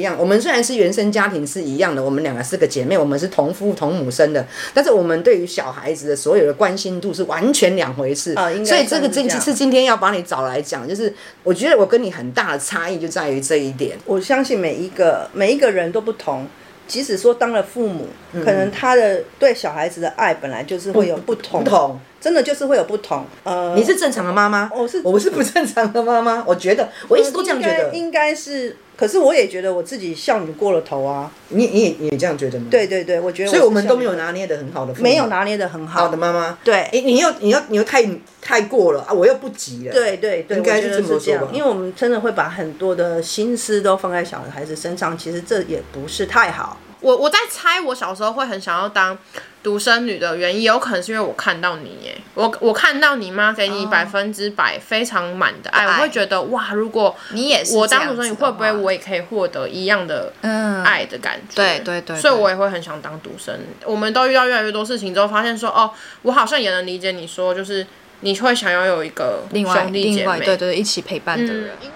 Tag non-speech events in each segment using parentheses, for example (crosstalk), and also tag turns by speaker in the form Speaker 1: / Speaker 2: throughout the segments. Speaker 1: 一样，我们虽然是原生家庭是一样的，我们两个是个姐妹，我们是同父同母生的，但是我们对于小孩子的所有的关心度是完全两回事。
Speaker 2: 哦应该
Speaker 1: 所以
Speaker 2: 算
Speaker 1: 这个
Speaker 2: 是
Speaker 1: 今
Speaker 2: 这样
Speaker 1: 是今天要把你找来讲，就是我觉得我跟你很大的差异就在于这一点。
Speaker 2: 我相信每一个每一个人都不同，即使说当了父母，
Speaker 1: 嗯
Speaker 2: 可能他的对小孩子的爱本来就是会有不同，
Speaker 1: 不同，
Speaker 2: 真的就是会有不同。呃，
Speaker 1: 你是正常的妈妈，
Speaker 2: 哦我是
Speaker 1: 我是不正常的妈妈。我觉得我一直都这样觉
Speaker 2: 应该
Speaker 1: 得，
Speaker 2: 应该是，可是我也觉得我自己孝女过了头啊。
Speaker 1: 你你也你也这样觉得吗？，
Speaker 2: 对对对，我觉得
Speaker 1: 嗯所以
Speaker 2: 是
Speaker 1: 我们都没
Speaker 2: 孝
Speaker 1: 有
Speaker 2: 女
Speaker 1: 拿捏的很好的父母，
Speaker 2: 没有拿捏的很好
Speaker 1: 好的妈妈。
Speaker 2: 对
Speaker 1: 你你又你又你又太太过了啊！我又不急了。
Speaker 2: 对对对，
Speaker 1: 应该
Speaker 2: 我觉
Speaker 1: 是
Speaker 2: 得
Speaker 1: 这么
Speaker 2: 是
Speaker 1: 说
Speaker 2: 这
Speaker 1: 吧
Speaker 2: 样，因为我们真的会把很多的心思都放在小孩子身上，其实这也不是太好。
Speaker 3: 我我在猜，我小时候会很想要当独生女的原因，有可能是因为我看到你耶，我我看到你妈给你百分之百非常满的爱，
Speaker 4: 哦爱
Speaker 3: 我会觉得哇，如果
Speaker 4: 你也是
Speaker 3: 我
Speaker 4: 这
Speaker 3: 当独
Speaker 4: 样
Speaker 3: 生女，
Speaker 4: 子的
Speaker 3: 会不会
Speaker 4: 话
Speaker 3: 我也可以获得一样的
Speaker 4: 嗯
Speaker 3: 爱的感觉？
Speaker 4: 对对对
Speaker 3: 所以
Speaker 4: 对
Speaker 3: 我也会很想当独生。我们都遇到越来越多事情之后，发现说哦，我好像也能理解你说，就是你会想要有一个
Speaker 4: 另外
Speaker 3: 兄弟姐
Speaker 4: 另
Speaker 3: 妹
Speaker 4: 外，对对，一起陪伴的人
Speaker 3: 嗯，。因为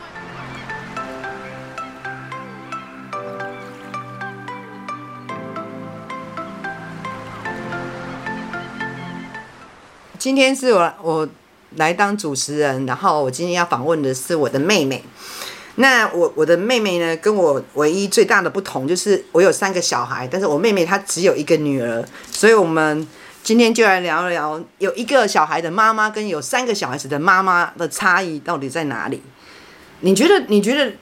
Speaker 1: 今天是我我来当主持人，然后我今天要访问的是我的妹妹。那我我的妹妹呢，跟我唯一最大的不同就是我有三个小孩，但是我妹妹她只有一个女儿，所以我们今天就来聊聊有一个小孩的妈妈跟有三个小孩子的妈妈的差异到底在哪里？你觉得？你觉得？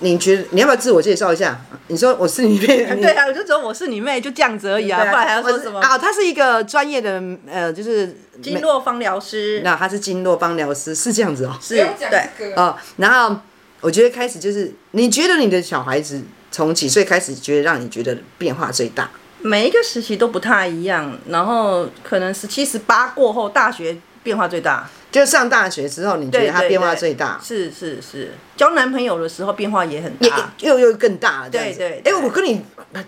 Speaker 1: 你觉得你要不要自我介绍一下？你说我是你妹，你
Speaker 2: (laughs) 对啊，我就只有我是你妹，就这样子而已啊，
Speaker 1: 对啊
Speaker 2: 不然还要
Speaker 1: 我
Speaker 2: 说
Speaker 1: 是
Speaker 2: 什么？
Speaker 1: 啊？她是一个专业的呃，就是
Speaker 2: 经络芳疗师
Speaker 1: 那他是经络帮疗师，是这样子哦。
Speaker 2: 是对。
Speaker 1: 哦，然后我觉得开始就是，你觉得你的小孩子从几岁开始觉得让你觉得变化最大？
Speaker 2: 每一个时期都不太一样，然后可能十七、十八过后，大学变化最大。
Speaker 1: 就上大学之后，你觉
Speaker 2: 对，
Speaker 1: 得他
Speaker 2: 对
Speaker 1: 变化
Speaker 2: 对
Speaker 1: 最大，
Speaker 2: 是是是，交男朋友的时候变化也很大。
Speaker 1: 也又又更大了这样子。
Speaker 2: 对对
Speaker 1: 哎，我跟你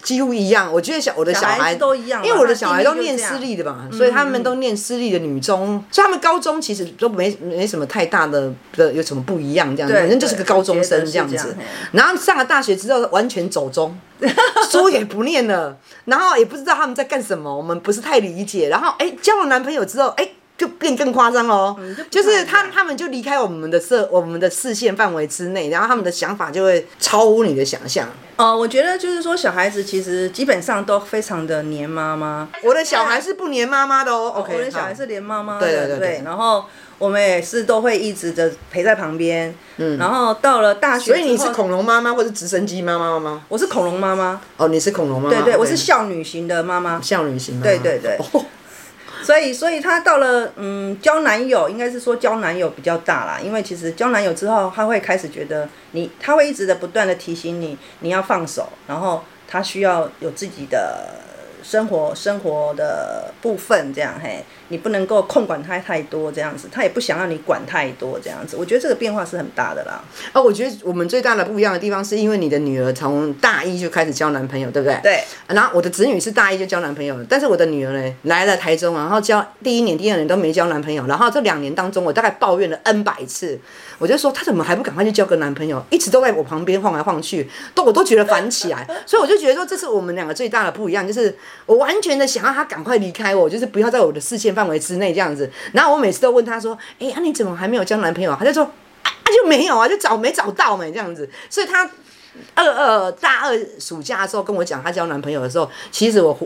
Speaker 1: 几乎一样，我觉得小我的小
Speaker 2: 小孩
Speaker 1: 孩
Speaker 2: 子都一样嘛
Speaker 1: 因为我的
Speaker 2: 他
Speaker 1: 小孩
Speaker 2: 定
Speaker 1: 都
Speaker 2: 义就
Speaker 1: 念
Speaker 2: 这样嗯
Speaker 1: 私立的嘛，所以他们都念私立的女中，所以他们高中其实都没没什么太大的的有什么不一样这样子，
Speaker 2: 对
Speaker 1: 反正就是个
Speaker 2: 对
Speaker 1: 高中生
Speaker 2: 我觉得是
Speaker 1: 这样
Speaker 2: 这
Speaker 1: 子
Speaker 2: 样嘿。
Speaker 1: 然后上了大学之后完全走中，书也不念了，然后也不知道他们在干什么，我们不是太理解。然后哎，交了男朋友之后，哎。就变更夸张喽，就
Speaker 2: 嗯就不太一
Speaker 1: 是
Speaker 2: 样
Speaker 1: 他他们就离开我们的社我们的视线范围之内，然后他们的想法就会超乎你的想象。
Speaker 2: 呃，我觉得就是说，小孩子其实基本上都非常的黏妈妈。
Speaker 1: 我的小孩是不黏妈妈的哦。OK，
Speaker 2: 我的小孩
Speaker 1: 好
Speaker 2: 是连妈妈的，
Speaker 1: 对对对对
Speaker 2: 然后我们也是都会一直的陪在旁边。嗯，然后到了大学
Speaker 1: 所
Speaker 2: 之后，
Speaker 1: 以你是恐龙妈妈或者直升机妈妈吗？
Speaker 2: 我是恐龙妈妈，
Speaker 1: 哦，你是恐龙妈妈。
Speaker 2: 对对，我
Speaker 1: OK
Speaker 2: 是孝女型的妈妈。
Speaker 1: 像旅行妈妈。
Speaker 2: 对对对
Speaker 1: 哦
Speaker 2: 所以，所以她到了嗯交男友，应该是说交男友比较大啦，因为其实交男友之后，她会开始觉得你，她会一直的不断的提醒你，你要放手，然后她需要有自己的生活生活的部分，这样嘿，你不能够控管她太多这样子，她也不想让你管太多这样子，我觉得这个变化是很大的啦。
Speaker 1: (laughs) 哦，我觉得我们最大的不一样的地方，是因为你的女儿从大一就开始交男朋友，对不对？。
Speaker 2: 对，
Speaker 1: 然后我的子女是大一就交男朋友了，但是我的女儿呢，来了台中，然后交第一年、第二年都没交男朋友，然后这两年当中，我大概抱怨了 N 百次，我就说她怎么还不赶快去交个男朋友，一直都在我旁边晃来晃去，都我都觉得烦起来，所以我就觉得说这是我们两个最大的不一样，就是我完全的想要她赶快离开我，就是不要在我的视线范围之内这样子。然后我每次都问她说，哎、啊你怎么还没有交男朋友啊？她就说。啊啊就没有啊，就找没找到没这样子，所以她二二大二暑假的时候跟我讲她交男朋友的时候，其实我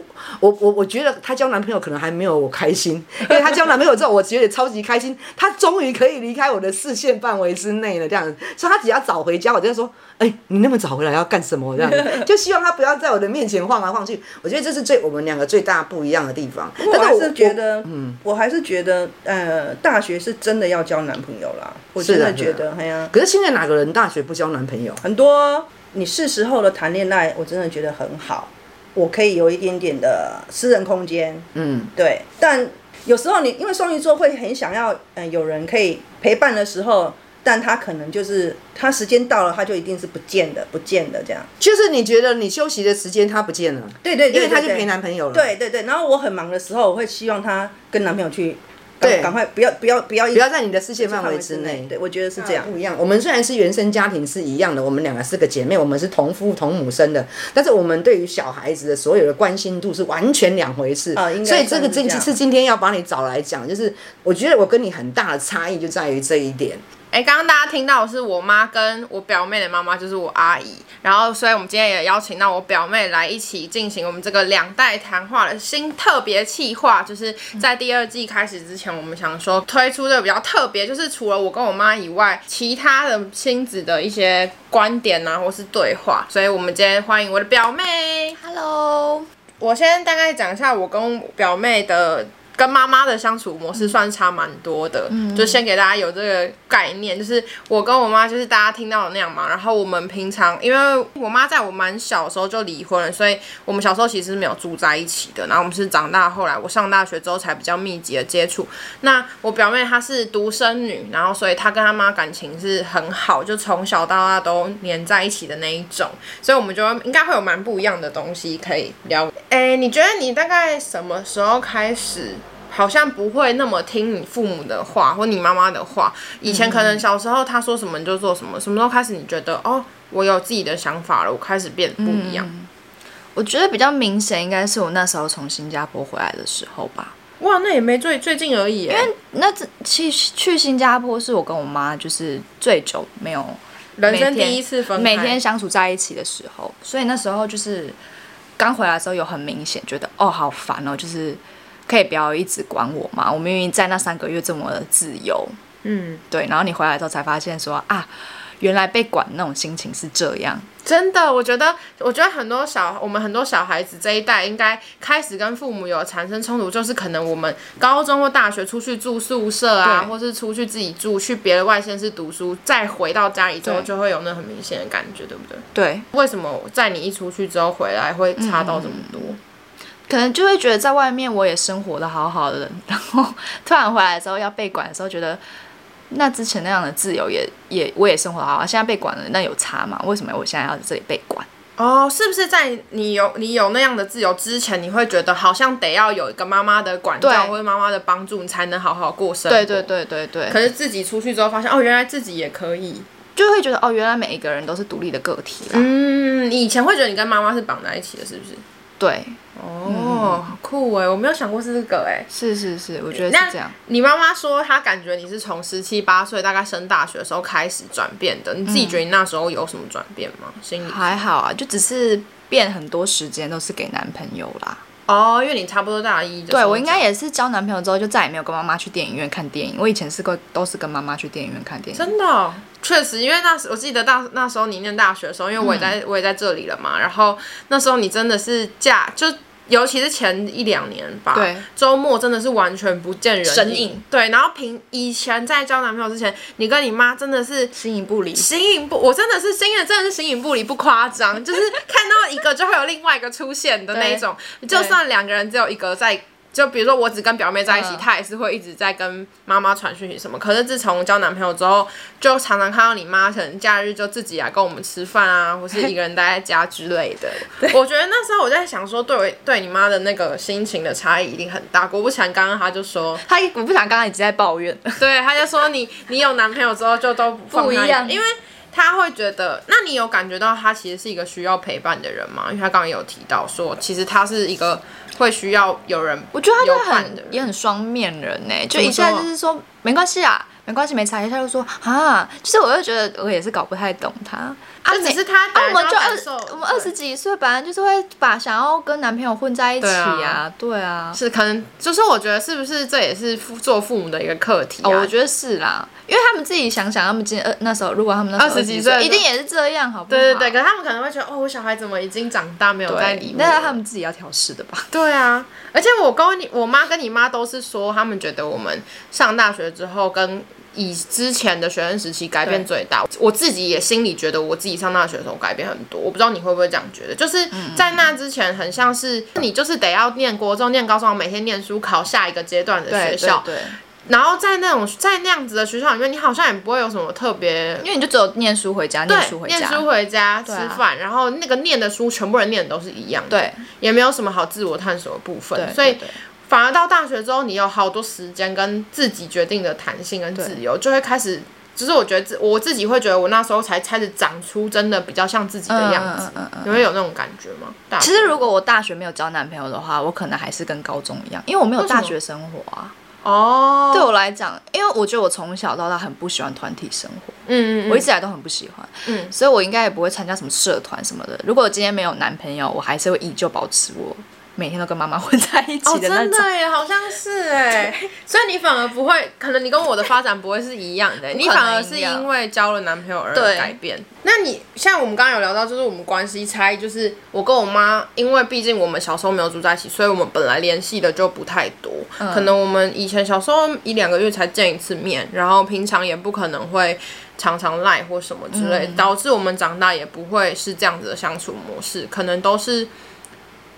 Speaker 1: 我我我觉得她交男朋友可能还没有我开心，因为她交男朋友之后，我觉得超级开心，她终于可以离开我的视线范围之内了，这样子。所以她只要早回家，我就说，哎、你那么早回来要干什么？这样子，就希望她不要在我的面前晃来晃去。我觉得这是最我们两个最大不一样的地方。但
Speaker 2: 我还
Speaker 1: 我
Speaker 2: 是觉，得，嗯，我还是觉得，呃，大学是真的要交男朋友啦，我
Speaker 1: 是啊
Speaker 2: 真的
Speaker 1: 是啊
Speaker 2: 觉得，哎呀、
Speaker 1: 我可是现在哪个人大学不交男朋友？
Speaker 2: 很多你是时候的谈恋爱，我真的觉得很好，我可以有一点点的私人空间，
Speaker 1: 嗯，
Speaker 2: 对。但有时候你因为双鱼座会很想要，嗯、有人可以陪伴的时候，但他可能就是他时间到了，他就一定是不见的，不见的这样。
Speaker 1: 就是你觉得你休息的时间她不见了，
Speaker 2: 对对
Speaker 1: 因
Speaker 2: 对
Speaker 1: 为她去
Speaker 2: 对对
Speaker 1: 陪男朋友了。
Speaker 2: 对对对，然后我很忙的时候，我会希望他跟男朋友去。呃
Speaker 1: 对
Speaker 5: 赶赶快不要不要不要一
Speaker 1: 不要在你的视线范
Speaker 5: 范
Speaker 1: 围
Speaker 5: 围
Speaker 1: 之
Speaker 5: 之内
Speaker 1: 内。。
Speaker 5: 对，我觉得是这样。
Speaker 1: 不一样，我们虽然是原生家庭是一样的，我们两个是个姐妹，我们是同父同母生的，但是我们对于小孩子的所有的关心度是完全两回事。
Speaker 5: 啊应该
Speaker 1: 所以这
Speaker 5: 算
Speaker 1: 个
Speaker 5: 是
Speaker 1: 今
Speaker 5: 这样
Speaker 1: 是今天要把你找来讲，就是我觉得我跟你很大的差异就在于这一点。
Speaker 3: 哎，刚刚大家听到的是我妈跟我表妹的妈妈，就是我阿姨。然后，所以我们今天也邀请到我表妹来一起进行我们这个两代谈话的新特别企划，就是在第二季开始之前，我们想说推出的比较特别，就是除了我跟我妈以外，其他的亲子的一些观点啊，或是对话。所以我们今天欢迎我的表妹，Hello。我先大概讲一下我跟表妹的跟妈妈的相处模式，算差蛮多的。就先给大家有这个概念，就是我跟我妈就是大家听到的那样嘛。然后我们平常因为我妈在我蛮小的时候就离婚了，所以我们小时候其实是没有住在一起的。然后我们是长大后来我上大学之后才比较密集的接触。那我表妹她是独生女，然后所以她跟她妈感情是很好，就从小到大都黏在一起的那一种，所以我们就应该会有蛮不一样的东西可以聊。哎、你觉得你大概什么时候开始？好像不会那么听你父母的话或你妈妈的话。以前可能小时候她说什么你就做什么，什么时候开始你觉得哦，我有自己的想法了，我开始变得不一样？
Speaker 2: 我觉得比较明显应该是我那时候从新加坡回来的时候吧，
Speaker 3: 哇，那也没最最近而已耶，因为
Speaker 2: 那这去去新加坡是我跟我妈就是最久没有
Speaker 3: 人生
Speaker 2: 每天
Speaker 3: 第一次分开，
Speaker 2: 每天相处在一起的时候，所以那时候就是刚回来的时候有很明显觉得哦好烦哦，就是可以不要一直管我嘛，我明明在那三个月这么的自由，
Speaker 3: 嗯，
Speaker 2: 对，然后你回来之后才发现说啊，原来被管那种心情是这样，
Speaker 3: 真的，我觉得，我觉得很多小，我们很多小孩子这一代应该开始跟父母有产生冲突，就是可能我们高中或大学出去住宿舍啊，
Speaker 2: 对
Speaker 3: 或是出去自己住，去别的外县市读书，再回到家里之后，
Speaker 2: 对
Speaker 3: 就会有那很明显的感觉，对不对？
Speaker 2: 对，
Speaker 3: 为什么在你一出去之后回来会差到这么多？
Speaker 2: 嗯可能就会觉得在外面我也生活的好好的，然后突然回来的时候要被管的时候，觉得那之前那样的自由也也我也生活得好好，现在被管了，那有差吗？为什么我现在要在这里被管？
Speaker 3: 哦，是不是在你有你有那样的自由之前，你会觉得好像得要有一个妈妈的管教
Speaker 2: 对
Speaker 3: 或者妈妈的帮助，你才能好好过生活？
Speaker 2: 对对。对对对，
Speaker 3: 可是自己出去之后发现，哦，原来自己也可以。
Speaker 2: 就会觉得哦，原来每一个人都是独立的个体啦。
Speaker 3: 嗯，你以前会觉得你跟妈妈是绑在一起的，是不是？
Speaker 2: 对，
Speaker 3: 哦，好酷哎，我没有想过是这个哎。
Speaker 2: 是是是，我觉得
Speaker 3: 那
Speaker 2: 是这样。
Speaker 3: 你妈妈说，她感觉你是从十七八岁，大概升大学的时候开始转变的。你自己觉得你那时候有什么转变吗？心里
Speaker 2: 还嗯好啊，就只是变很多时间都是给男朋友啦。
Speaker 3: 哦，因为你差不多大一的时候讲。
Speaker 2: 对我应该也是交男朋友之后，就再也没有跟妈妈去电影院看电影。我以前是跟都是跟妈妈去电影院看电影。
Speaker 3: 真的哦、确实，因为那时我记得大那时候你念大学的时候，因为我也
Speaker 2: 嗯
Speaker 3: 在、我也在这里了嘛，然后那时候你真的是假就。尤其是前一两年吧，
Speaker 2: 对，
Speaker 3: 周末真的是完全不见人
Speaker 2: 身影。
Speaker 3: 对，然后平以前在交男朋友之前，你跟你妈真的是
Speaker 2: 心影不离，
Speaker 3: 形影不，我真的是心的真的是形影不离，不夸张，就是看到一个就会有另外一个出现的那一种。就算两个人只有一个在，就比如说我只跟表妹在一起，
Speaker 2: 嗯
Speaker 3: 她也是会一直在跟妈妈传讯息什么。可是自从交男朋友之后，就常常看到你妈可能假日就自己来跟我们吃饭啊，或是一个人待在家之类
Speaker 2: (laughs)
Speaker 3: 的。我觉得那时候我在想说，对我对你妈的那个心情的差异一定很大。果不其然，刚刚她就说。
Speaker 2: 他我不想刚刚一直在抱怨，
Speaker 3: 对，他就说你你有男朋友之后就都不放
Speaker 2: 不一
Speaker 3: 他
Speaker 2: 样
Speaker 3: 因为他会觉得，那你有感觉到他其实是一个需要陪伴的人吗？因为他刚刚有提到说，其实他是一个会需要有人
Speaker 2: (laughs) 我觉得他
Speaker 3: 有
Speaker 2: 就
Speaker 3: 伴的
Speaker 2: 很也
Speaker 3: 人。
Speaker 2: 很双面人呢、就
Speaker 3: 怎么
Speaker 2: 一下
Speaker 3: 说
Speaker 2: 就是说没关系啊，没关系没差，一下就说啊，就是我就觉得我也是搞不太懂他啊
Speaker 3: 就只
Speaker 2: 你
Speaker 3: 是他
Speaker 2: 啊
Speaker 3: 本来
Speaker 2: 我们
Speaker 3: 就
Speaker 2: 就
Speaker 3: 要
Speaker 2: 二
Speaker 3: 感受
Speaker 2: 我们二十几岁，本来就是会把想要跟男朋友混在一起
Speaker 3: 对
Speaker 2: 啊
Speaker 3: 啊，
Speaker 2: 对啊，
Speaker 3: 是，可能就是我觉得是不是这也是父做父母的一个课题啊？
Speaker 2: 哦，我觉得是啦，因为他们自己想想，他们今呃那时候如果他们那时候
Speaker 3: 二十几
Speaker 2: 几
Speaker 3: 岁的
Speaker 2: 一定也是这样，好不好？
Speaker 3: 对对对，可是他们可能会觉得，哦，我小孩怎么已经长大没有在理
Speaker 2: 对
Speaker 3: 我，
Speaker 2: 那
Speaker 3: 了？
Speaker 2: 他们自己要调试的吧。
Speaker 3: (laughs) 对啊，而且我跟你我妈跟你妈都是说，他们觉得我们上大学之后跟以之前的学生时期改变
Speaker 2: 对
Speaker 3: 最大。我自己也心里觉得，我自己上大学的时候改变很多。我不知道你会不会这样觉得，
Speaker 2: 嗯
Speaker 3: 就是在那之前，很像是你就是得要念国中、念高中，每天念书，考下一个阶段的学校。
Speaker 2: 对对啊对，
Speaker 3: 然后在那种在那样子的学校里面，你好像也不会有什么特别
Speaker 2: 因为你就只有念书回家，念
Speaker 3: 对
Speaker 2: 书回
Speaker 3: 念
Speaker 2: 家，
Speaker 3: 书回家吃
Speaker 2: 对啊
Speaker 3: 饭，然后那个念的书，全部人念的都是一样的，
Speaker 2: 对
Speaker 3: 也没有什么好自我探索的部分，
Speaker 2: 对，
Speaker 3: 所以
Speaker 2: 对对
Speaker 3: 反而到大学之后，你有好多时间跟自己决定的弹性跟自由，就会开始。只是我觉得自我自己会觉得，我那时候才开始长出真的比较像自己的样子。
Speaker 4: 嗯嗯嗯嗯
Speaker 3: 你会有那种感觉吗？大学
Speaker 4: 其实如果我大学没有交男朋友的话，我可能还是跟高中一样，因为我没有
Speaker 3: 为什么
Speaker 4: 大学生活啊。
Speaker 3: 哦，
Speaker 4: 对我来讲，因为我觉得我从小到大很不喜欢团体生活，
Speaker 3: 嗯嗯
Speaker 4: 我一
Speaker 3: 嗯，
Speaker 4: 直以来都很不喜欢，
Speaker 3: 嗯
Speaker 4: 所以我应该也不会参加什么社团什么的。如果我今天没有男朋友，我还是会依旧保持我每天都跟妈妈混在一
Speaker 3: 哦，
Speaker 4: 起的那
Speaker 3: 真
Speaker 4: 种。
Speaker 3: 的耶，好像是哎，所以你反而不会，可能你跟我的发展不会是一样的，你反而是因为交了男朋友而
Speaker 4: 对
Speaker 3: 改变。那你像我们刚刚有聊到，就是我们关系差异，就是我跟我妈，因为毕竟我们小时候没有住在一起，所以我们本来联系的就不太多，
Speaker 4: 嗯
Speaker 3: 可能我们以前小时候一两个月才见一次面，然后平常也不可能会。常常赖或什么之
Speaker 4: 嗯
Speaker 3: 类，导致我们长大也不会是这样子的相处模式，可能都是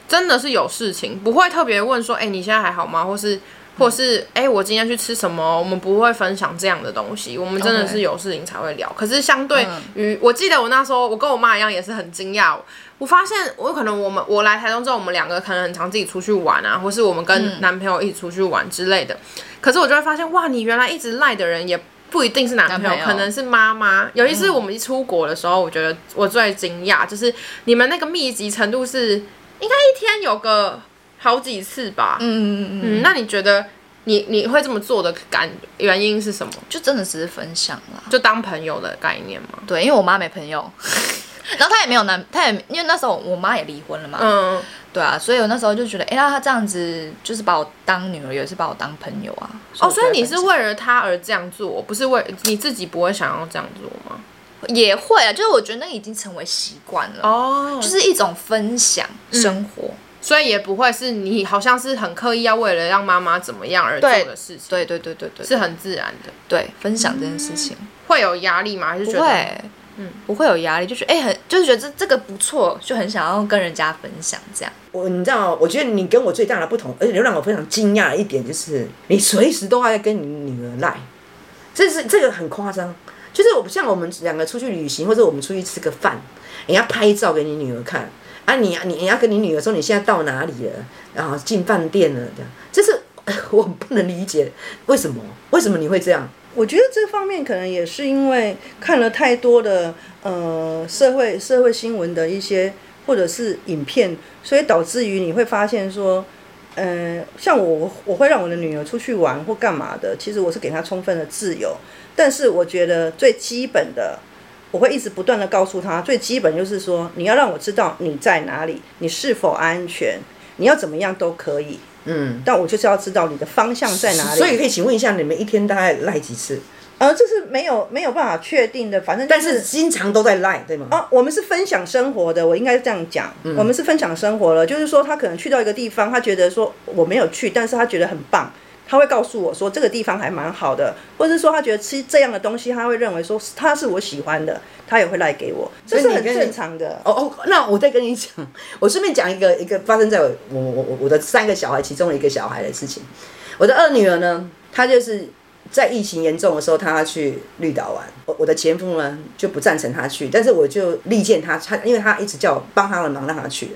Speaker 3: 真的是有事情，不会特别问说，哎、你现在还好吗？或是或是，哎、我今天去吃什么？我们不会分享这样的东西，我们真的
Speaker 4: OK
Speaker 3: 是有事情才会聊。可是相对于，我记得我那时候，我跟我妈一样也是很惊讶，我发现我可能我们我来台中之后，我们两个可能很常自己出去玩啊，或是我们跟男朋友一起出去玩之类的。可是我就会发现，哇，你原来一直赖的人也。不一定是男朋友，
Speaker 4: 男朋友
Speaker 3: 可能是妈妈。有一次我们一出国的时候，我觉得我最惊讶就是你们那个密集程度是应该一天有个好几次吧。嗯
Speaker 4: 嗯嗯嗯，
Speaker 3: 嗯，那你觉得你你会这么做的感原因是什么？
Speaker 4: 就真的只是分享啦。
Speaker 3: 就当朋友的概念吗？
Speaker 4: 对，因为我妈没朋友， (laughs) 然后她也没有男，她也因为那时候我妈也离婚了嘛，
Speaker 3: 嗯，
Speaker 4: 对啊，所以我那时候就觉得，哎、那她这样子就是把我当女儿，也是把我当朋友啊。
Speaker 3: 哦，所
Speaker 4: 我
Speaker 3: 以你
Speaker 4: 就会
Speaker 3: 是
Speaker 4: 分享
Speaker 3: 为了他而这样做，不是为你自己不会想要这样做吗？
Speaker 4: 也会啊，就是我觉得那已经成为习惯了，
Speaker 3: 哦，
Speaker 4: 就是一种分享生活。
Speaker 3: 所以也不会是你好像是很刻意要为了让妈妈怎么样而做
Speaker 4: 对
Speaker 3: 的事情，
Speaker 4: 对对对对对，
Speaker 3: 是很自然的。
Speaker 4: 对分享这件事情、
Speaker 3: 会有压力吗？还是
Speaker 4: 不
Speaker 3: 觉得嗯
Speaker 4: 会，嗯，不会有压力，就觉得哎、很就是觉得这这个不错，就很想要跟人家分享这样。
Speaker 1: 我你知道吗？我觉得你跟我最大的不同，而且又让我非常惊讶的一点就是，你随时都还在跟你女儿赖，这是这个很夸张。就是我像我们两个出去旅行，或者我们出去吃个饭，你要拍照给你女儿看啊你，你你要跟你女儿说你现在到哪里了，然后进饭店了，这样，这是呃我很不能理解，为什么？ (laughs) 为什么你会这样？
Speaker 2: 我觉得这方面可能也是因为看了太多的呃社会社会新闻的一些或者是影片，所以导致于你会发现说，呃，像我我会让我的女儿出去玩或干嘛的，其实我是给她充分的自由，但是我觉得最基本的。我会一直不断的告诉她，最基本就是说，你要让我知道你在哪里，你是否安全，你要怎么样都可以，
Speaker 1: 嗯，
Speaker 2: 但我就是要知道你的方向在哪里。
Speaker 1: 所以可以请问一下，你们一天大概赖几次？
Speaker 2: 呃，这是没有没有办法确定的，反正、
Speaker 1: 但是经常都在赖，对吗？
Speaker 2: 啊，我们是分享生活的，我应该这样讲，
Speaker 1: 嗯
Speaker 2: 我们是分享生活了，就是说他可能去到一个地方，他觉得说我没有去，但是他觉得很棒。他会告诉我说这个地方还蛮好的，或者是说他觉得吃这样的东西，他会认为说他是我喜欢的，他也会赖给我，这
Speaker 1: 以
Speaker 2: 是
Speaker 1: 你
Speaker 2: 很
Speaker 1: 跟
Speaker 2: 正常的。
Speaker 1: 哦哦，那我再跟你讲，我顺便讲一个一个发生在我我我我我的三个小孩其中一个小孩的事情。我的二女儿呢，她就是在疫情严重的时候，她去绿岛玩。我我的前夫呢就不赞成她去，但是我就力荐她，她因为她一直叫我帮她的忙，让她去的。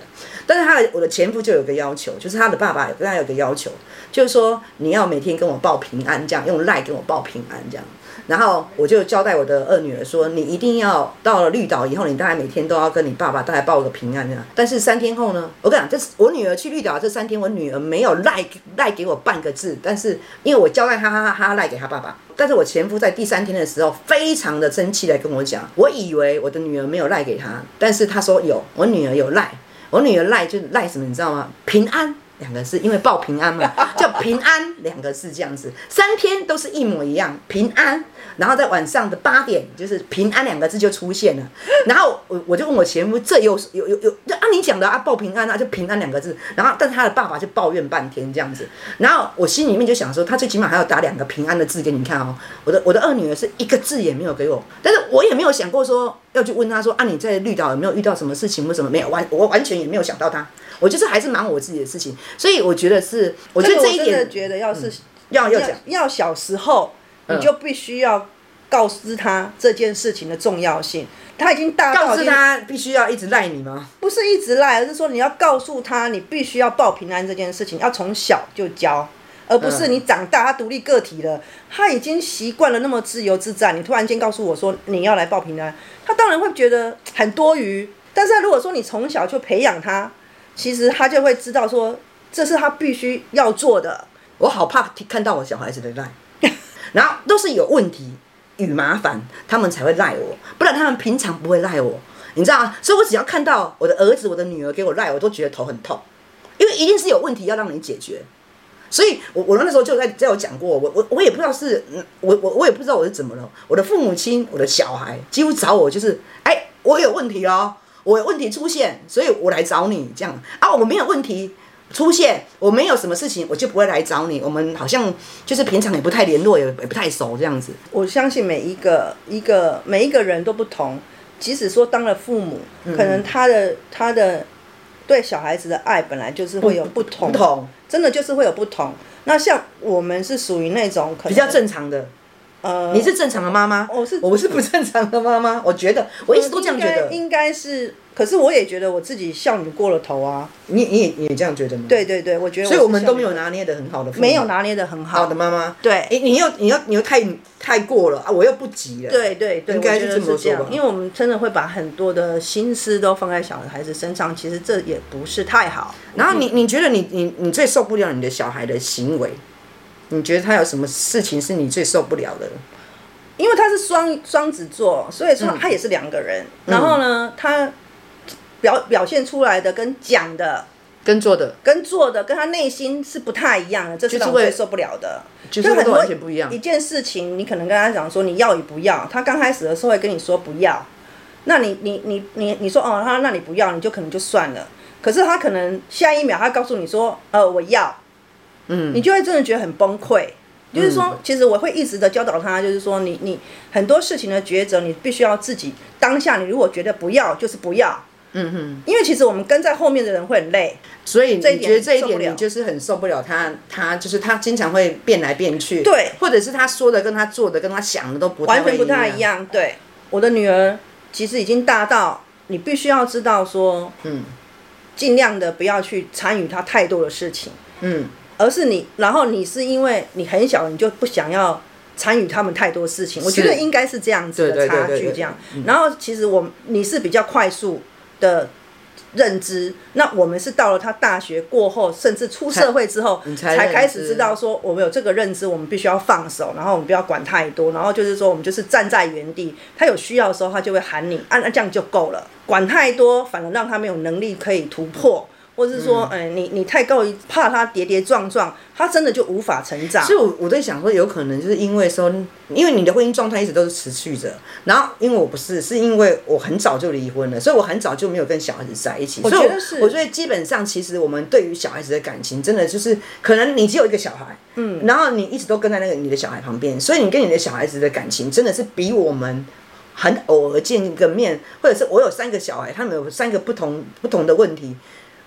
Speaker 1: 但是她的我的前夫就有个要求，就是他的爸爸有跟他有个要求，就是说你要每天跟我报平安，这样用赖跟我报平安这样。然后我就交代我的二女儿说，你一定要到了绿岛以后，你大概每天都要跟你爸爸大概报个平安这样。但是三天后呢，我跟你讲，这是我女儿去绿岛这三天，我女儿没有赖赖给我半个字，但是因为我交代她，她她她赖给她爸爸。但是我前夫在第三天的时候，非常的生气来跟我讲，我以为我的女儿没有赖给他，但是他说有，我女儿有赖，我女儿赖就赖什么，你知道吗？平安。两个字，因为报平安嘛，叫平安两个字这样子，三天都是一模一样，平安。然后在晚上的八点，就是平安两个字就出现了。然后我我就问我前夫，这有有有有，就按你讲的啊，报平安啊，就平安两个字。然后，但是他的爸爸就抱怨半天这样子。然后我心里面就想说，他最起码还要打两个平安的字给你看哦。我的我的二女儿是一个字也没有给我，但是我也没有想过说要去问他说啊，你在绿岛有没有遇到什么事情或什么没有完，我完全也没有想到他。我就是还是忙我自己的事情，所以我觉得是，我觉
Speaker 2: 这
Speaker 1: 得
Speaker 2: 个
Speaker 1: 这
Speaker 2: 我
Speaker 1: 一嗯啊
Speaker 2: 真的
Speaker 1: 点
Speaker 2: 觉得要是
Speaker 1: 要要
Speaker 2: 要
Speaker 1: 讲，
Speaker 2: 要小时候，你就必须要告知他这件事情的重要性。他已经大到
Speaker 1: 告
Speaker 2: 已
Speaker 1: 知
Speaker 2: 经
Speaker 1: 他必须要一直赖你吗？
Speaker 2: 不是一直赖，而是说你要告诉他，你必须要报平安这件事情，要从小就教，而不是你长大他独立个体了，他已经习惯了那么自由自在，你突然间告诉我说你要来报平安，他当然会觉得很多余。但是如果说你从小就培养他，其实他就会知道说这是他必须要做的。
Speaker 1: 我好怕听看到我小孩子的赖， (laughs) 然后都是有问题与麻烦，他们才会赖我，不然他们平常不会赖我，你知道吗？所以我只要看到我的儿子、我的女儿给我赖，我都觉得头很痛，因为一定是有问题要让你解决。所以我，我那时候就在在有讲过，我我我也不知道是，嗯我我我也不知道我是怎么了。我的父母亲、我的小孩几乎找我就是，哎，我有问题哦，我有问题出现，所以我来找你这样啊，我没有问题出现，我没有什么事情，我就不会来找你。我们好像就是平常也不太联络，也也不太熟这样子。
Speaker 2: 我相信每一个一个每一个人都不同，即使说当了父母，
Speaker 1: 嗯
Speaker 2: 可能他的他的对小孩子的爱本来就是会有不同，
Speaker 1: 不同
Speaker 2: 真的就是会有不同。那像我们是属于那种可能
Speaker 1: 比较正常的，
Speaker 2: 呃，哦
Speaker 1: 你是正常的妈妈，
Speaker 2: 我是
Speaker 1: 我是不正常的妈
Speaker 2: (laughs)
Speaker 1: 妈。我觉得我一直都这样觉
Speaker 2: 呃应该
Speaker 1: 得，
Speaker 2: 应该是，可是我也觉得我自己孝女过了头啊。
Speaker 1: 你你也你也这样觉得吗？，
Speaker 2: 对对对，我觉
Speaker 1: 嗯
Speaker 2: 得
Speaker 1: 所以
Speaker 2: 是
Speaker 1: 我们都没有
Speaker 2: 孝女
Speaker 1: 拿捏的很好的，
Speaker 2: 没有。拿捏的很
Speaker 1: 好
Speaker 2: 好
Speaker 1: 的。妈妈，
Speaker 2: 对
Speaker 1: 你你又你又你又太太过了啊！我又不急了，
Speaker 2: 对对对，
Speaker 1: 应该是
Speaker 2: 我觉
Speaker 1: 这
Speaker 2: 得
Speaker 1: 么
Speaker 2: 是
Speaker 1: 说
Speaker 2: 这样
Speaker 1: 吧，
Speaker 2: 因为我们真的会把很多的心思都放在小孩子身上，其实这也不是太好。
Speaker 1: 然后你你觉得你你你最受不了你的小孩的行为，你觉得他有什么事情是你最受不了的？
Speaker 2: 因为他是双双子座，所以说他也是两个人。
Speaker 1: 嗯
Speaker 2: 然后呢，他表表现出来的跟讲的、
Speaker 1: 跟做的
Speaker 2: 跟做的，跟他内心是不太一样的，这
Speaker 1: 就
Speaker 2: 是
Speaker 1: 是
Speaker 2: 让我
Speaker 1: 会
Speaker 2: 最受不了的。
Speaker 1: 就
Speaker 2: 就是
Speaker 1: 会
Speaker 2: 很多
Speaker 1: 完全不一样
Speaker 2: 一。件事情，你可能跟他讲说你要与不要，他刚开始的时候会跟你说不要，那你你你你你说哦，他那你不要，你就可能就算了。可是他可能下一秒他告诉你说，呃，我要，
Speaker 1: 嗯
Speaker 2: 你就会真的觉得很崩溃。就是说，其实我会一直的教导他，就是说你，你很多事情的抉择，你必须要自己当下。你如果觉得不要，就是不要，
Speaker 1: 嗯哼，
Speaker 2: 因为其实我们跟在后面的人会很累。
Speaker 1: 所以
Speaker 2: 这一
Speaker 1: 你
Speaker 2: 点
Speaker 1: 觉得这一
Speaker 2: 受不
Speaker 1: 点
Speaker 2: 了
Speaker 1: 你就是很受不了他，他就是他经常会变来变去，
Speaker 2: 对
Speaker 1: 或者是他说的跟他做的跟他想的都不
Speaker 2: 完全
Speaker 1: 会
Speaker 2: 不太一。样。对，我的女儿其实已经大到你必须要知道说，
Speaker 1: 嗯
Speaker 2: 尽量的不要去参与她太多的事情，
Speaker 1: 嗯，
Speaker 2: 而是你，然后你是因为你很小，你就不想要参与他们太多事情。我觉
Speaker 1: 是
Speaker 2: 得应该是这样子
Speaker 1: 对对对
Speaker 2: 的差
Speaker 1: 对
Speaker 2: 距，
Speaker 1: 对嗯
Speaker 2: 这样。然后其实我你是比较快速的。认知，那我们是到了他大学过后，甚至出社会之后
Speaker 1: 你，才
Speaker 2: 才
Speaker 1: 认知
Speaker 2: 开始知道说我们有这个认知，我们必须要放手，然后我们不要管太多，然后就是说我们就是站在原地，他有需要的时候他就会喊你，啊，那这样就够了，管太多反而让他没有能力可以突破，或是说，
Speaker 3: 嗯
Speaker 2: 哎、你你太过于怕他跌跌撞撞，他真的就无法成长
Speaker 1: 所。以我我在想说，有可能就是因为说，因为你的婚姻状态一直都是持续着，然后因为我不是，是因为我很早就离婚了，所以我很早就没有跟小孩子在一起。
Speaker 2: 我
Speaker 1: 所以
Speaker 2: 觉得是
Speaker 1: 我觉得基本上，其实我们对于小孩子的感情，真的就是可能你只有一个小孩，嗯，然后你一直都跟在那个你的小孩旁边，所以你跟你的小孩子的感情真的是比我们。很偶尔见一个面，或者是我有三个小孩，他们有三个不同不同的问题，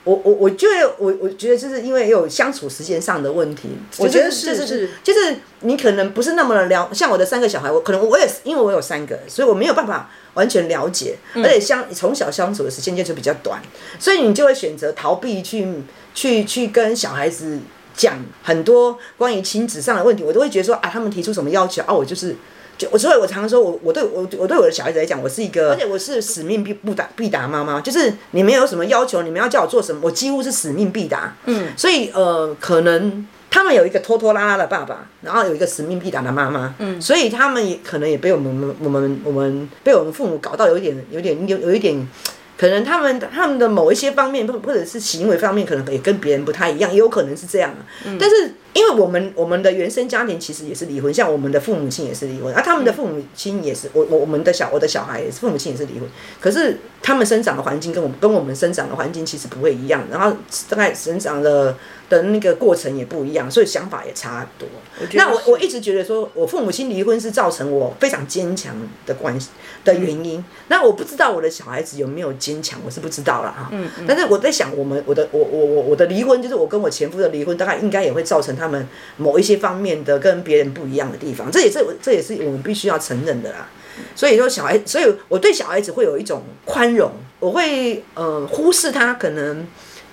Speaker 1: 我我我觉得我我觉得就是因为有相处时间上的问题，
Speaker 2: 我觉得
Speaker 1: 就是是就是
Speaker 2: 是
Speaker 1: 就是你可能不是那么的了，像我的三个小孩，我可能我也是因为我有三个，所以我没有办法完全了解，而且相从小相处的时间就比较短，所以你就会选择逃避去去去跟小孩子讲很多关于亲子上的问题，我都会觉得说啊，他们提出什么要求啊，我就是。就我所以，我常常说我我对我我对我的小孩子来讲，我是一个，而且我是使命必不达必达妈妈，就是你们有什么要求，你们要叫我做什么，我几乎是使命必达。嗯，所以呃，可能他们有一个拖拖拉拉的爸爸，然后有一个使命必达的妈妈。嗯，所以他们也可能也被我们我们我们被我们父母搞到有一点有一点有有一点。可能他们他们的某一些方面，或或者是行为方面，可能也跟别人不太一样，也有可能是这样、啊。但是因为我们我们的原生家庭其实也是离婚，像我们的父母亲也是离婚，啊，他们的父母亲也是我我我们的小我的小孩也是父母亲也是离婚，可是他们生长的环境跟我们跟我们生长的环境其实不会一样，然后大概生长的的那个过程也不一样，所以想法也差很多。
Speaker 2: 觉得
Speaker 1: 那我
Speaker 2: 是
Speaker 1: 我一直觉得说，我父母亲离婚是造成我非常坚强的关系的原
Speaker 2: 嗯
Speaker 1: 因。那我不知道我的小孩子有没有坚强，我是不知道了
Speaker 2: 嗯
Speaker 1: 哈。但是我在想，我们我的我我我我的离婚，就是我跟我前夫的离婚，大概应该也会造成他他们某一些方面的跟别人不一样的地方，这也是这也是我们必须要承认的啦。所以说小孩，所以我对小孩子会有一种宽容，我会呃忽视他可能。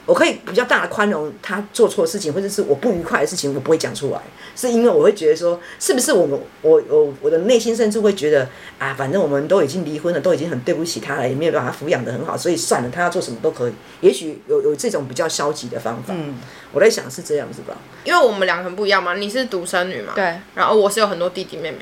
Speaker 1: 我可以比较大的宽容他做错事情，或者是我不愉快的事情，我不会讲出来，是因为我会觉得说，是不是我们我我我的内心甚至会觉得啊，反正我们都已经离婚了，都已经很对不起他了，也没有把他抚养的很好，所以算了，他要做什么都可以。也许有有这种比较消极的方法，
Speaker 2: 嗯，
Speaker 1: 我在想是这样子吧。
Speaker 3: 因为我们两个很不一样嘛，你是独生女嘛，
Speaker 4: 对，
Speaker 3: 然后我是有很多弟弟妹妹。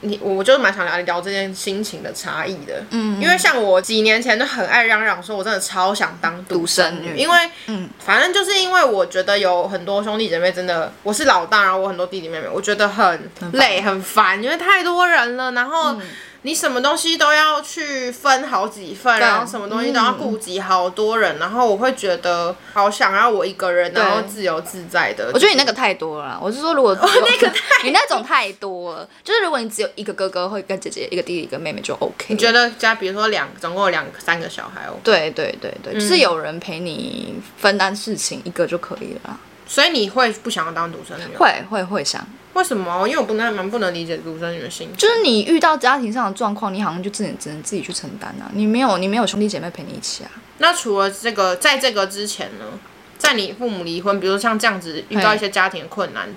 Speaker 3: 你我就蛮想聊聊这件心情的差异的，嗯，因为像我几年前就很爱嚷嚷说，我真的超想当独生
Speaker 4: 独生
Speaker 3: 女，
Speaker 4: 女
Speaker 3: 因为
Speaker 4: 嗯，
Speaker 3: 反正就是因为我觉得有很多兄弟姐妹，真的我是老大，然后我很多弟弟妹妹，我觉得很累很烦，因为太多人了，然
Speaker 4: 嗯
Speaker 3: 后你什么东西都要去分好几份，然后什么东西都要顾及
Speaker 4: 嗯
Speaker 3: 好多人，然后我会觉得好想要我一个人，然后自由自在的。
Speaker 4: 我觉得你那
Speaker 3: 个
Speaker 4: 个太多了啦。我是说，如
Speaker 2: (laughs)
Speaker 4: 果
Speaker 2: 哦
Speaker 4: 那个你那种太多了，就是如果你只有一个哥哥，或一个姐姐，一个弟弟，一个妹妹就 OK。
Speaker 3: 你觉？得加比如说两总共有两三个小孩哦，
Speaker 4: 对对对对，
Speaker 3: 嗯
Speaker 4: 就是有人陪你分担事情，一个就可以了啦。
Speaker 3: 所以你会不想要当独生女？，哦
Speaker 4: 会会会想，
Speaker 3: 为什么？因为我不能蛮不能理解独生女的心情。
Speaker 4: 就是你遇到家庭上的状况，你好像就只能只能自己去承担啊。你没有你没有兄弟姐妹陪你一起啊。
Speaker 3: 那除了这个，在这个之前呢，在你父母离婚，比如像这样子遇到一些家庭困难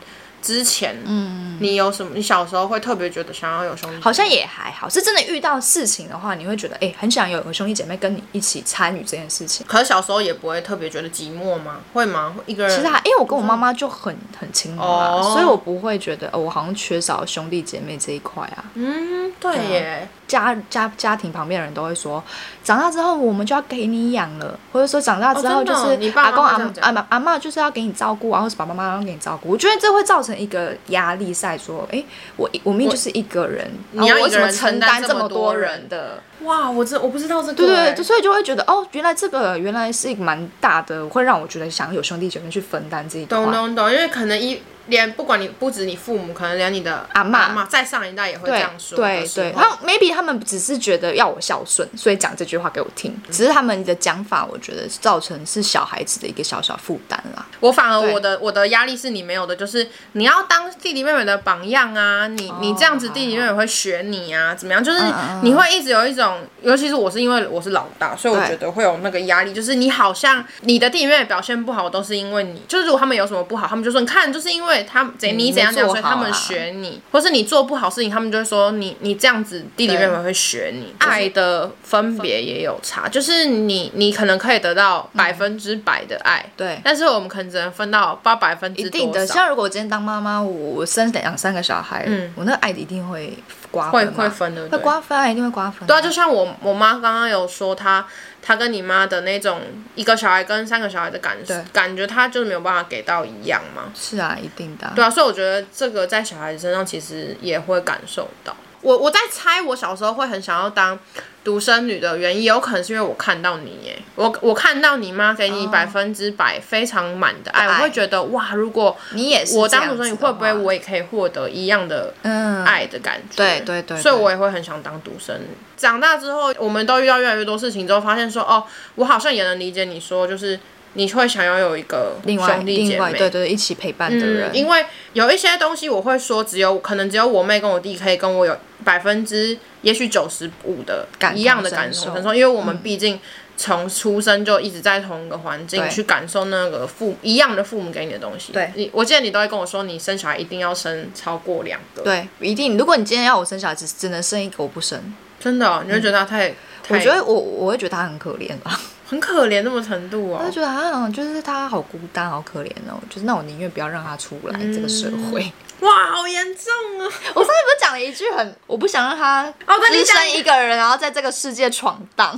Speaker 3: 之前，嗯，你有什么？你小时候会特别觉得想要有兄弟姐妹？
Speaker 4: 好像也还好，是真的遇到事情的话，你会觉得哎、很想有个兄弟姐妹跟你一起参与这件事情。
Speaker 3: 可是小时候也不会特别觉得寂寞吗？会吗？会一个人？
Speaker 4: 其实还，因为我跟我妈妈就很很亲密啊，
Speaker 3: 哦
Speaker 4: 所以我不会觉得哦，我好像缺少兄弟姐妹这一块啊。
Speaker 3: 嗯，对耶，
Speaker 4: 家家家庭旁边的人都会说，长大之后我们就要给你养了，或者说长大之后
Speaker 3: 哦
Speaker 4: 就
Speaker 3: 真的哦
Speaker 4: 是、
Speaker 3: 你爸妈
Speaker 4: 阿公
Speaker 3: 会
Speaker 4: 阿
Speaker 3: 这样讲
Speaker 4: 阿妈阿妈就是要给你照顾啊，或是爸爸妈妈要给你照顾。我觉得这会造成一个压力赛，说哎、我我命就是一个人，
Speaker 3: 你要
Speaker 4: 然后我
Speaker 3: 一个
Speaker 4: 为什么
Speaker 3: 人
Speaker 4: 承
Speaker 3: 承担
Speaker 4: 担
Speaker 3: 这
Speaker 4: 这
Speaker 3: 么
Speaker 4: 么
Speaker 3: 多
Speaker 4: 多人
Speaker 3: 人
Speaker 4: 的？
Speaker 3: 哇，我真我不知道这个，
Speaker 4: 对对
Speaker 3: 哎
Speaker 4: 对，所以就会觉得哦，原来这个原来是一个蛮大的，会让我觉得想有兄弟姐妹去分担这一块。
Speaker 3: 懂懂懂，因为可能一连不管你不止你父母，可能连你的
Speaker 4: 阿嬷
Speaker 3: 妈再上一代也会这
Speaker 4: 对
Speaker 3: 样说的
Speaker 4: 对
Speaker 3: 时候，
Speaker 4: 对，他 maybe 他们只是觉得要我孝顺，所以讲这句话给我听。只是他们的讲法，我觉得造成是小孩子的一个小小负担啦。
Speaker 3: 我反而
Speaker 4: 对
Speaker 3: 我的我的压力是你没有的，就是你要当弟弟妹妹的榜样啊，你、你这样子弟弟妹妹会学你啊，怎么样？就是
Speaker 4: 哦嗯嗯嗯
Speaker 3: 你会一直有一种，尤其是我是因为我是老大，所以我
Speaker 4: 对
Speaker 3: 觉得会有那个压力，就是你好像你的弟弟妹妹表现不好，都是因为你，就是如果他们有什么不好，他们就说你看，就是因为他怎你怎样怎样，
Speaker 4: 没做
Speaker 3: 所以他
Speaker 4: 好
Speaker 3: 们
Speaker 4: 啊
Speaker 3: 学你，或是你做不好事情，他们就会说你你这样子弟弟妹妹会学你。爱的分别也有差，就是你你可能可以得到
Speaker 4: 嗯
Speaker 3: 百分之百的爱。
Speaker 4: 对，
Speaker 3: 但是我们可能只能分到八百分之
Speaker 4: 一
Speaker 3: 多少
Speaker 4: 定的。像如果我今天当妈妈，我我生两三个小孩，
Speaker 3: 嗯
Speaker 4: 我那个爱一定会瓜
Speaker 3: 会
Speaker 4: 分嘛
Speaker 3: 会分的，
Speaker 4: 会
Speaker 3: 对。
Speaker 4: 瓜分啊，一定会瓜分啊。
Speaker 3: 对啊，就像我我妈刚刚有说她她跟你妈的那种一个小孩跟三个小孩的感
Speaker 4: 对
Speaker 3: 感觉，她就是没有办法给到一样嘛。
Speaker 4: 是啊，一定的啊。
Speaker 3: 对啊，所以我觉得这个在小孩子身上其实也会感受到。我我在猜，我小时候会很想要当独生女的原因，有可能是因为我看到你耶，我我看到你妈给你百分之百非常满哦的爱，
Speaker 4: 爱
Speaker 3: 我会觉得哇，如果
Speaker 4: 你也是
Speaker 3: 我
Speaker 4: 这
Speaker 3: 当
Speaker 4: 样
Speaker 3: 独生女，
Speaker 4: 子的
Speaker 3: 会不会
Speaker 4: 话
Speaker 3: 我也可以获得一样的
Speaker 4: 嗯
Speaker 3: 爱的感觉。
Speaker 4: 对对对
Speaker 3: 所以
Speaker 4: 对
Speaker 3: 我也会很想当独生女。长大之后，我们都遇到越来越多事情之后，发现说，哦，我好像也能理解你说，就是你会想要有一个
Speaker 4: 另外
Speaker 3: 兄弟姐
Speaker 4: 另外
Speaker 3: 妹。
Speaker 4: 对对对一起陪伴的
Speaker 3: 嗯
Speaker 4: 人，，
Speaker 3: 因为有一些东西我会说，只有可能只有我妹跟我弟可以跟我有百分之也许九十五的
Speaker 4: 感同
Speaker 3: 一样的感同
Speaker 4: 身受嗯
Speaker 3: 身受，因为我们毕竟从出生就一直在同一个环境
Speaker 4: 对
Speaker 3: 去感受那个父一样的父母给你的东西。
Speaker 4: 对
Speaker 3: 你我记得你都会跟我说，你生小孩一定要生超过两个。，
Speaker 4: 对，一定。如果你今天要我生小孩，只只能生一个，我不生。
Speaker 3: 真的哦、你会觉得他太，
Speaker 4: 我
Speaker 3: 太
Speaker 4: 觉得我我会觉得他很可怜啊吧，
Speaker 3: 很可怜那么程度哦
Speaker 4: 我就。觉得啊，就是他好孤单，好可怜哦。就是那我宁愿不要让他出来、这个社会。
Speaker 3: 嗯哇，好严重啊！
Speaker 4: (laughs) 我上次不是讲了一句很，我不想让他
Speaker 3: 哦对你
Speaker 4: 只
Speaker 3: 讲
Speaker 4: 身一个人，然后在这个世界闯荡。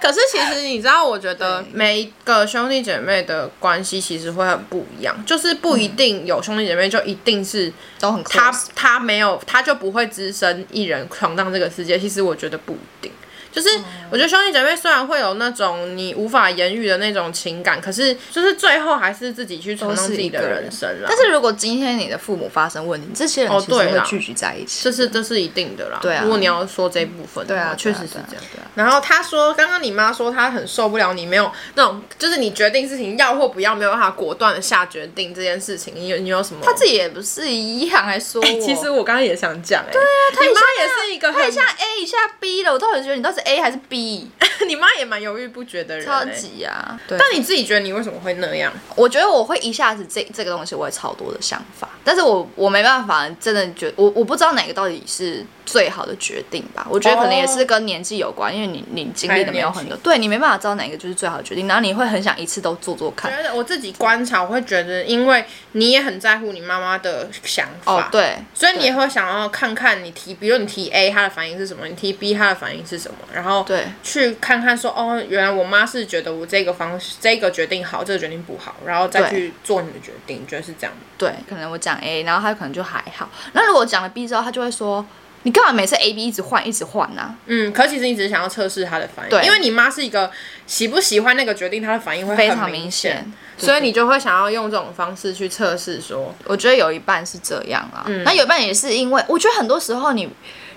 Speaker 3: 可是其实你知道，我觉得
Speaker 4: 对
Speaker 3: 每一个兄弟姐妹的关系其实会很不一样，就是不一定有兄弟姐妹就一定是
Speaker 4: 都很
Speaker 3: 他
Speaker 4: close
Speaker 3: 他没有他就不会只身一人闯荡这个世界。其实我觉得不一定，就是我觉得兄弟姐妹虽然会有那种你无法言喻的那种情感，可是就是最后还是自己去承
Speaker 4: 都
Speaker 3: 担
Speaker 4: 是
Speaker 3: 自己
Speaker 4: 一
Speaker 3: 的
Speaker 4: 个人
Speaker 3: 人生啊啦。
Speaker 4: 但是如果今天你的父母发生问题，这些人
Speaker 3: 哦
Speaker 4: 其实
Speaker 3: 对
Speaker 4: 会
Speaker 3: 啦
Speaker 4: 聚集在一起。
Speaker 3: 这是这是一定的啦。
Speaker 4: 对啊
Speaker 3: 如果你要说这一部分的
Speaker 4: 对
Speaker 3: 话，
Speaker 4: 啊，
Speaker 3: 确
Speaker 4: 对啊
Speaker 3: 实是
Speaker 4: 对啊
Speaker 3: 这样。
Speaker 4: 对啊。
Speaker 3: 然后他说，刚刚你妈说她很受不了你没有那种，就是你决定事情要或不要，没有办法果断的下决定这件事情，你有你有什么？
Speaker 4: 他自己也不是一样还说我，
Speaker 3: 哎、其实我刚刚也想讲、哎，对啊，
Speaker 4: 他
Speaker 3: 你
Speaker 4: 一下
Speaker 3: 妈也是一个
Speaker 4: 他一
Speaker 3: 很，
Speaker 4: 下 A 一下 B 了，我都很觉得你到底是 A 还是 B，
Speaker 3: 你妈也蛮犹豫不决的人、
Speaker 4: 超
Speaker 3: 哎。
Speaker 4: 级啊！对，
Speaker 3: 但你自己觉得你为什么会那样？
Speaker 4: 我觉得我会一下子这这个东西我会超多的想法，但是我我没办法，真的觉我我不知道哪个到底是最好的决定吧。我觉得可能也是跟年纪有关，因为你你经历的没有很
Speaker 3: 还有
Speaker 4: 多
Speaker 3: 年，
Speaker 4: 对你没办法知道哪个就是最好的决定，然后你会很想一次都做做看。
Speaker 3: 觉得我自己观察，我会觉得，因为你也很在乎你妈妈的想法，
Speaker 4: 哦，，对，
Speaker 3: 所以你
Speaker 4: 对
Speaker 3: 也会想要看看你提，比如你提 A 她的反应是什么，你提 B 她的反应是什么，然后
Speaker 4: 对
Speaker 3: 去看看说，哦，原来我妈是觉得我这个方这个决定好，这个决定不好，然后再
Speaker 4: 对
Speaker 3: 去做你的决定，你觉得是这样吗？
Speaker 4: 对，可能我讲 A，然后他可能就还好。那如果我讲了 B 之后，他就会说你干嘛每次 A B 一直换一直换啊呐、
Speaker 3: 嗯，可其实你只是想要测试她的反应，
Speaker 4: 对
Speaker 3: 因为你妈是一个喜不喜欢那个决定，她的反应会
Speaker 4: 非
Speaker 3: 很
Speaker 4: 常
Speaker 3: 明
Speaker 4: 明显，。
Speaker 3: 所以你就会想要用这种方式去测试说，
Speaker 4: 我觉得有一半是这样啊，
Speaker 3: 嗯
Speaker 4: 那有一半也是因为，我觉得很多时候你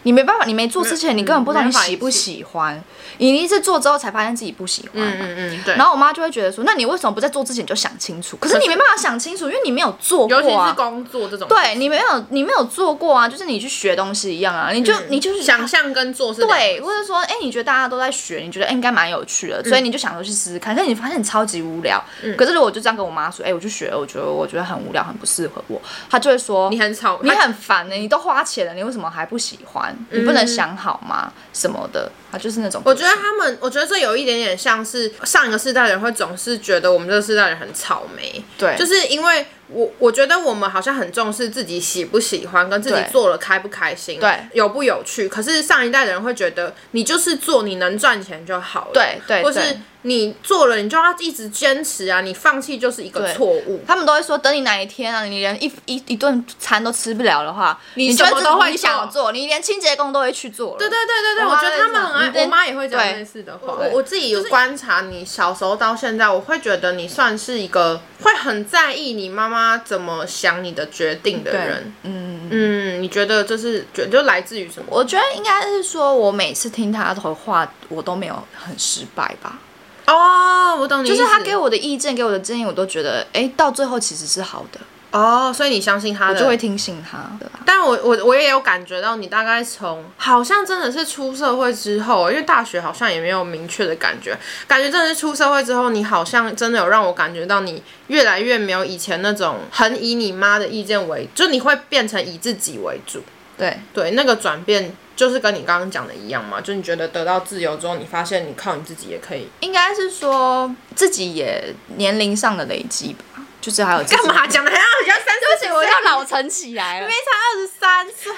Speaker 4: 你没办法，你没做之前，你根本不知道
Speaker 3: 没
Speaker 4: 你
Speaker 3: 办法
Speaker 4: 喜不
Speaker 3: 一起
Speaker 4: 喜欢，你一直做之后才发现自己不喜欢嘛。
Speaker 3: 嗯嗯，对
Speaker 4: 然后我妈就会觉得说，那你为什么不在做之前就想清楚？可是你没办法想清楚，因为你没有做过
Speaker 3: 尤其是
Speaker 4: 啊。
Speaker 3: 工作这种事情，
Speaker 4: 对你没有，你没有做过啊，就是你去学东西一样啊，你就、你就是
Speaker 3: 嗯想象跟做是两
Speaker 4: 对，或者说，哎、你觉得大家都在学，你觉得哎、应该蛮有趣
Speaker 3: 嗯
Speaker 4: 的，所以你就想说去试试看。但你发现你超级无聊。可是如果我就这样跟我妈说，哎、我去学了，我觉得我觉得很无聊，很不适合我，她就会说
Speaker 3: 你很吵，
Speaker 4: 你很烦呢、你都花钱了，你为什么还不喜欢？你不能想好吗？什么的，她就是那种。
Speaker 3: 嗯我觉得他们，我觉得这有一点点像是上一个世代的人会总是觉得我们这个世代的人很草莓，
Speaker 4: 对
Speaker 3: 就是因为我我觉得我们好像很重视自己喜不喜欢，跟自己
Speaker 4: 对
Speaker 3: 做了开不开心，
Speaker 4: 对
Speaker 3: 有不有趣。可是上一代的人会觉得你就是做你能赚钱就好了，
Speaker 4: 对对
Speaker 3: 或是
Speaker 4: 对
Speaker 3: 你做了你就要一直坚持啊，你放弃就是一个
Speaker 4: 对
Speaker 3: 错误。
Speaker 4: 他们都会说，等你哪一天啊，你连一一一顿餐都吃不了的话，你
Speaker 3: 什
Speaker 4: 就
Speaker 3: 么
Speaker 4: 会
Speaker 3: 都会
Speaker 4: 你想
Speaker 3: 做
Speaker 4: 做，你连清洁工都会去做了。
Speaker 3: 对对对对对，
Speaker 4: 我
Speaker 3: 我
Speaker 4: 妈
Speaker 3: 觉得
Speaker 4: 会
Speaker 3: 他们
Speaker 4: 这样
Speaker 3: 很爱，
Speaker 4: 对
Speaker 3: 我妈也会讲
Speaker 4: 对
Speaker 3: 类似的话。
Speaker 4: 对
Speaker 3: 我我自己有观察你小时候到现在，我会觉得你算是一个会很在意你妈妈怎么想你的决定的人。
Speaker 4: 嗯，
Speaker 3: 嗯，你觉得这是觉就来自于什么？
Speaker 4: 我觉得应该是说，我每次听她的话，我都没有很失败吧。
Speaker 3: 哦，我懂你意
Speaker 4: 就
Speaker 3: 思，
Speaker 4: 是他给我的意见、给我的建议，我都觉得，哎，到最后其实是好的，
Speaker 3: 哦，所以你相信他
Speaker 4: 我
Speaker 3: 的，
Speaker 4: 就会听信他的啦。
Speaker 3: 但我我我也有感觉到，你大概从好像真的是出社会之后，因为大学好像也没有明确的感觉，感觉真的是出社会之后，你好像真的有让我感觉到你越来越没有以前那种很以你妈的意见为，就你会变成以自己为主。
Speaker 4: 对，
Speaker 3: 对，那个转变就是跟你刚刚讲的一样嘛，就你觉得得到自由之后，你发现你靠你自己也可以。
Speaker 4: 应该是说自己也年龄上的累积吧，就是还有自己
Speaker 3: 干？
Speaker 4: (laughs)
Speaker 3: 嘛讲的？还要人家三
Speaker 4: 对不起，
Speaker 3: 十
Speaker 4: 我
Speaker 3: 岁
Speaker 4: 要老成起来了，
Speaker 3: 才二十三岁，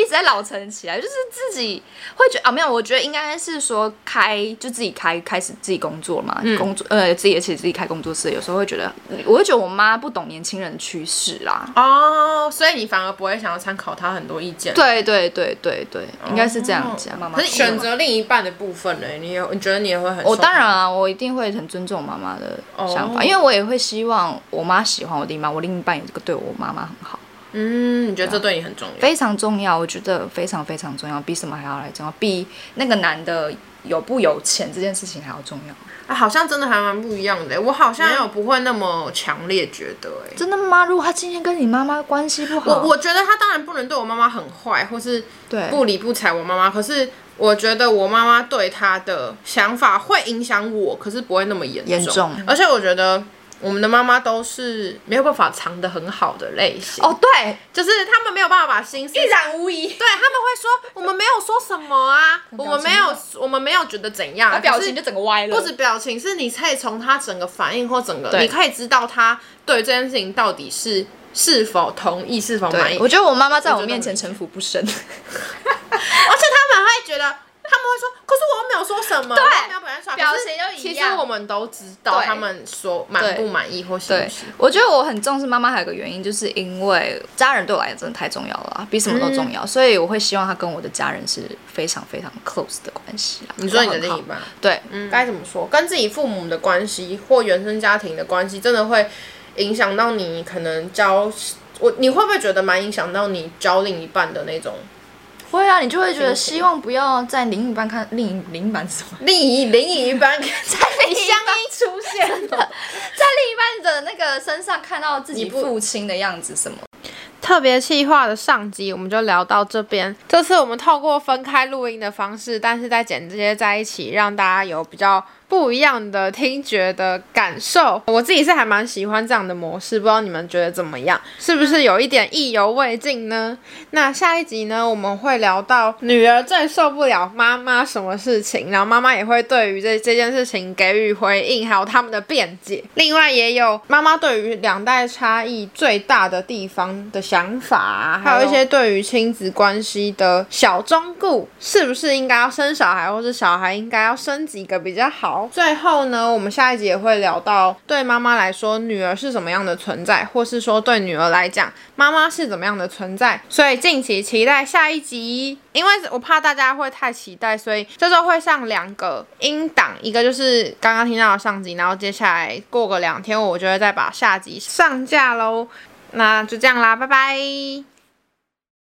Speaker 4: 一直在老成起来，就是自己会觉得啊，没有，我觉得应该是说开就自己开开始自己工作嘛，工作呃自己而且自己开工作室，有时候会觉得，我会觉得我妈不懂年轻人的趋势啦。
Speaker 3: 哦，所以你反而不会想要参考他很多意见。
Speaker 4: 对对对对对，应该是这样讲。哦妈妈
Speaker 3: 可是
Speaker 4: 说的
Speaker 3: 选择另一半的部分呢？你有你觉得你也会很受
Speaker 4: 我当然啊，我一定会很尊重妈妈的想法
Speaker 3: 哦
Speaker 4: 因为我也会希望我妈喜欢我另一半，我另一半也对我妈妈很好，
Speaker 3: 嗯，你觉得这对你很重要？
Speaker 4: 非常重要。我觉得非常非常重要，比什么还要来重要，比那个男的有不有钱这件事情还要重要。
Speaker 3: 啊，好像真的还蛮不一样的。欸我好像又不会那么强烈觉得哎。
Speaker 4: 真的吗？如果他今天跟你妈妈关系不好，
Speaker 3: 我我觉得他当然不能对我妈妈很坏，或是
Speaker 4: 对
Speaker 3: 不理不睬我妈妈。可是我觉得我妈妈对他的想法会影响我，可是不会那么严重。
Speaker 4: 严重
Speaker 3: 而且我觉得我们的妈妈都是没有办法藏得很好的类型，
Speaker 4: 哦对，
Speaker 3: 就是他们没有办法把心思
Speaker 2: 一览无遗。
Speaker 3: 对他们会说我们没有说什么啊，我们没有我们没有觉得怎样，
Speaker 4: 他表
Speaker 3: 可是
Speaker 4: 情就整个歪了，
Speaker 3: 不止表情，是你可以从他整个反应或整个，
Speaker 4: 对
Speaker 3: 你可以知道他对这件事情到底是是否同意、是否满意，
Speaker 4: 对，我觉得我妈妈在
Speaker 3: 我
Speaker 4: 我
Speaker 3: 觉得
Speaker 4: 面前
Speaker 3: 没
Speaker 4: 城府不深，
Speaker 3: 而且他们会觉得。他他们会说，可是我又没有说什么，
Speaker 4: 对
Speaker 3: 我又没有表现出来，
Speaker 4: 表
Speaker 3: 可是
Speaker 4: 情都一
Speaker 3: 其实
Speaker 4: 样
Speaker 3: 我们都知道
Speaker 4: 对
Speaker 3: 他们说满不满意或喜
Speaker 4: 对
Speaker 3: 不喜，
Speaker 4: 我觉得我很重视妈妈，还有个原因，就是因为家人对我来讲真的太重要了啊，比什么都重要，所以我会希望他跟我的家人是非常非常 close 的关系啦。
Speaker 3: 你说你的
Speaker 4: 然
Speaker 3: 另
Speaker 4: 后
Speaker 3: 一
Speaker 4: 很好？
Speaker 3: 半，
Speaker 4: 对，
Speaker 3: 嗯，该怎么说？跟自己父母的关系或原生家庭的关系，真的会影响到你可能交我，你会不会觉得蛮影响到你交另一半的那种
Speaker 4: 会啊，你就会觉得
Speaker 3: 心情
Speaker 4: 希望不要在另一半看另一另一半是什么，
Speaker 3: 另一另一半在你乡音出现了？
Speaker 4: 在另一半的那个身上看到自己
Speaker 3: 你不
Speaker 4: 父亲的样子什么。
Speaker 3: 特别企划的上集我们就聊到这边。这次我们透过分开录音的方式，但是再剪接在一起，让大家有比较不一样的听觉的感受。我自己是还蛮喜欢这样的模式，不知道你们觉得怎么样？是不是有一点意犹未尽呢？那下一集呢，我们会聊到女儿最受不了妈妈什么事情，然后妈妈也会对于这这件事情给予回应，还有他们的辩解。另外也有妈妈对于两代差异最大的地方的想法啊，还有一些对于亲子关系的小忠告，是不是应该要生小孩，或是小孩应该要生几个比较好？最后呢，我们下一集也会聊到对妈妈来说，女儿是什么样的存在，或是说对女儿来讲，妈妈是怎么样的存在，所以敬请期待下一集。因为我怕大家会太期待，所以这周会上两个音档，一个就是刚刚听到的上集，然后接下来过个两天，我就会再把下集上架喽。那就这样啦，拜拜。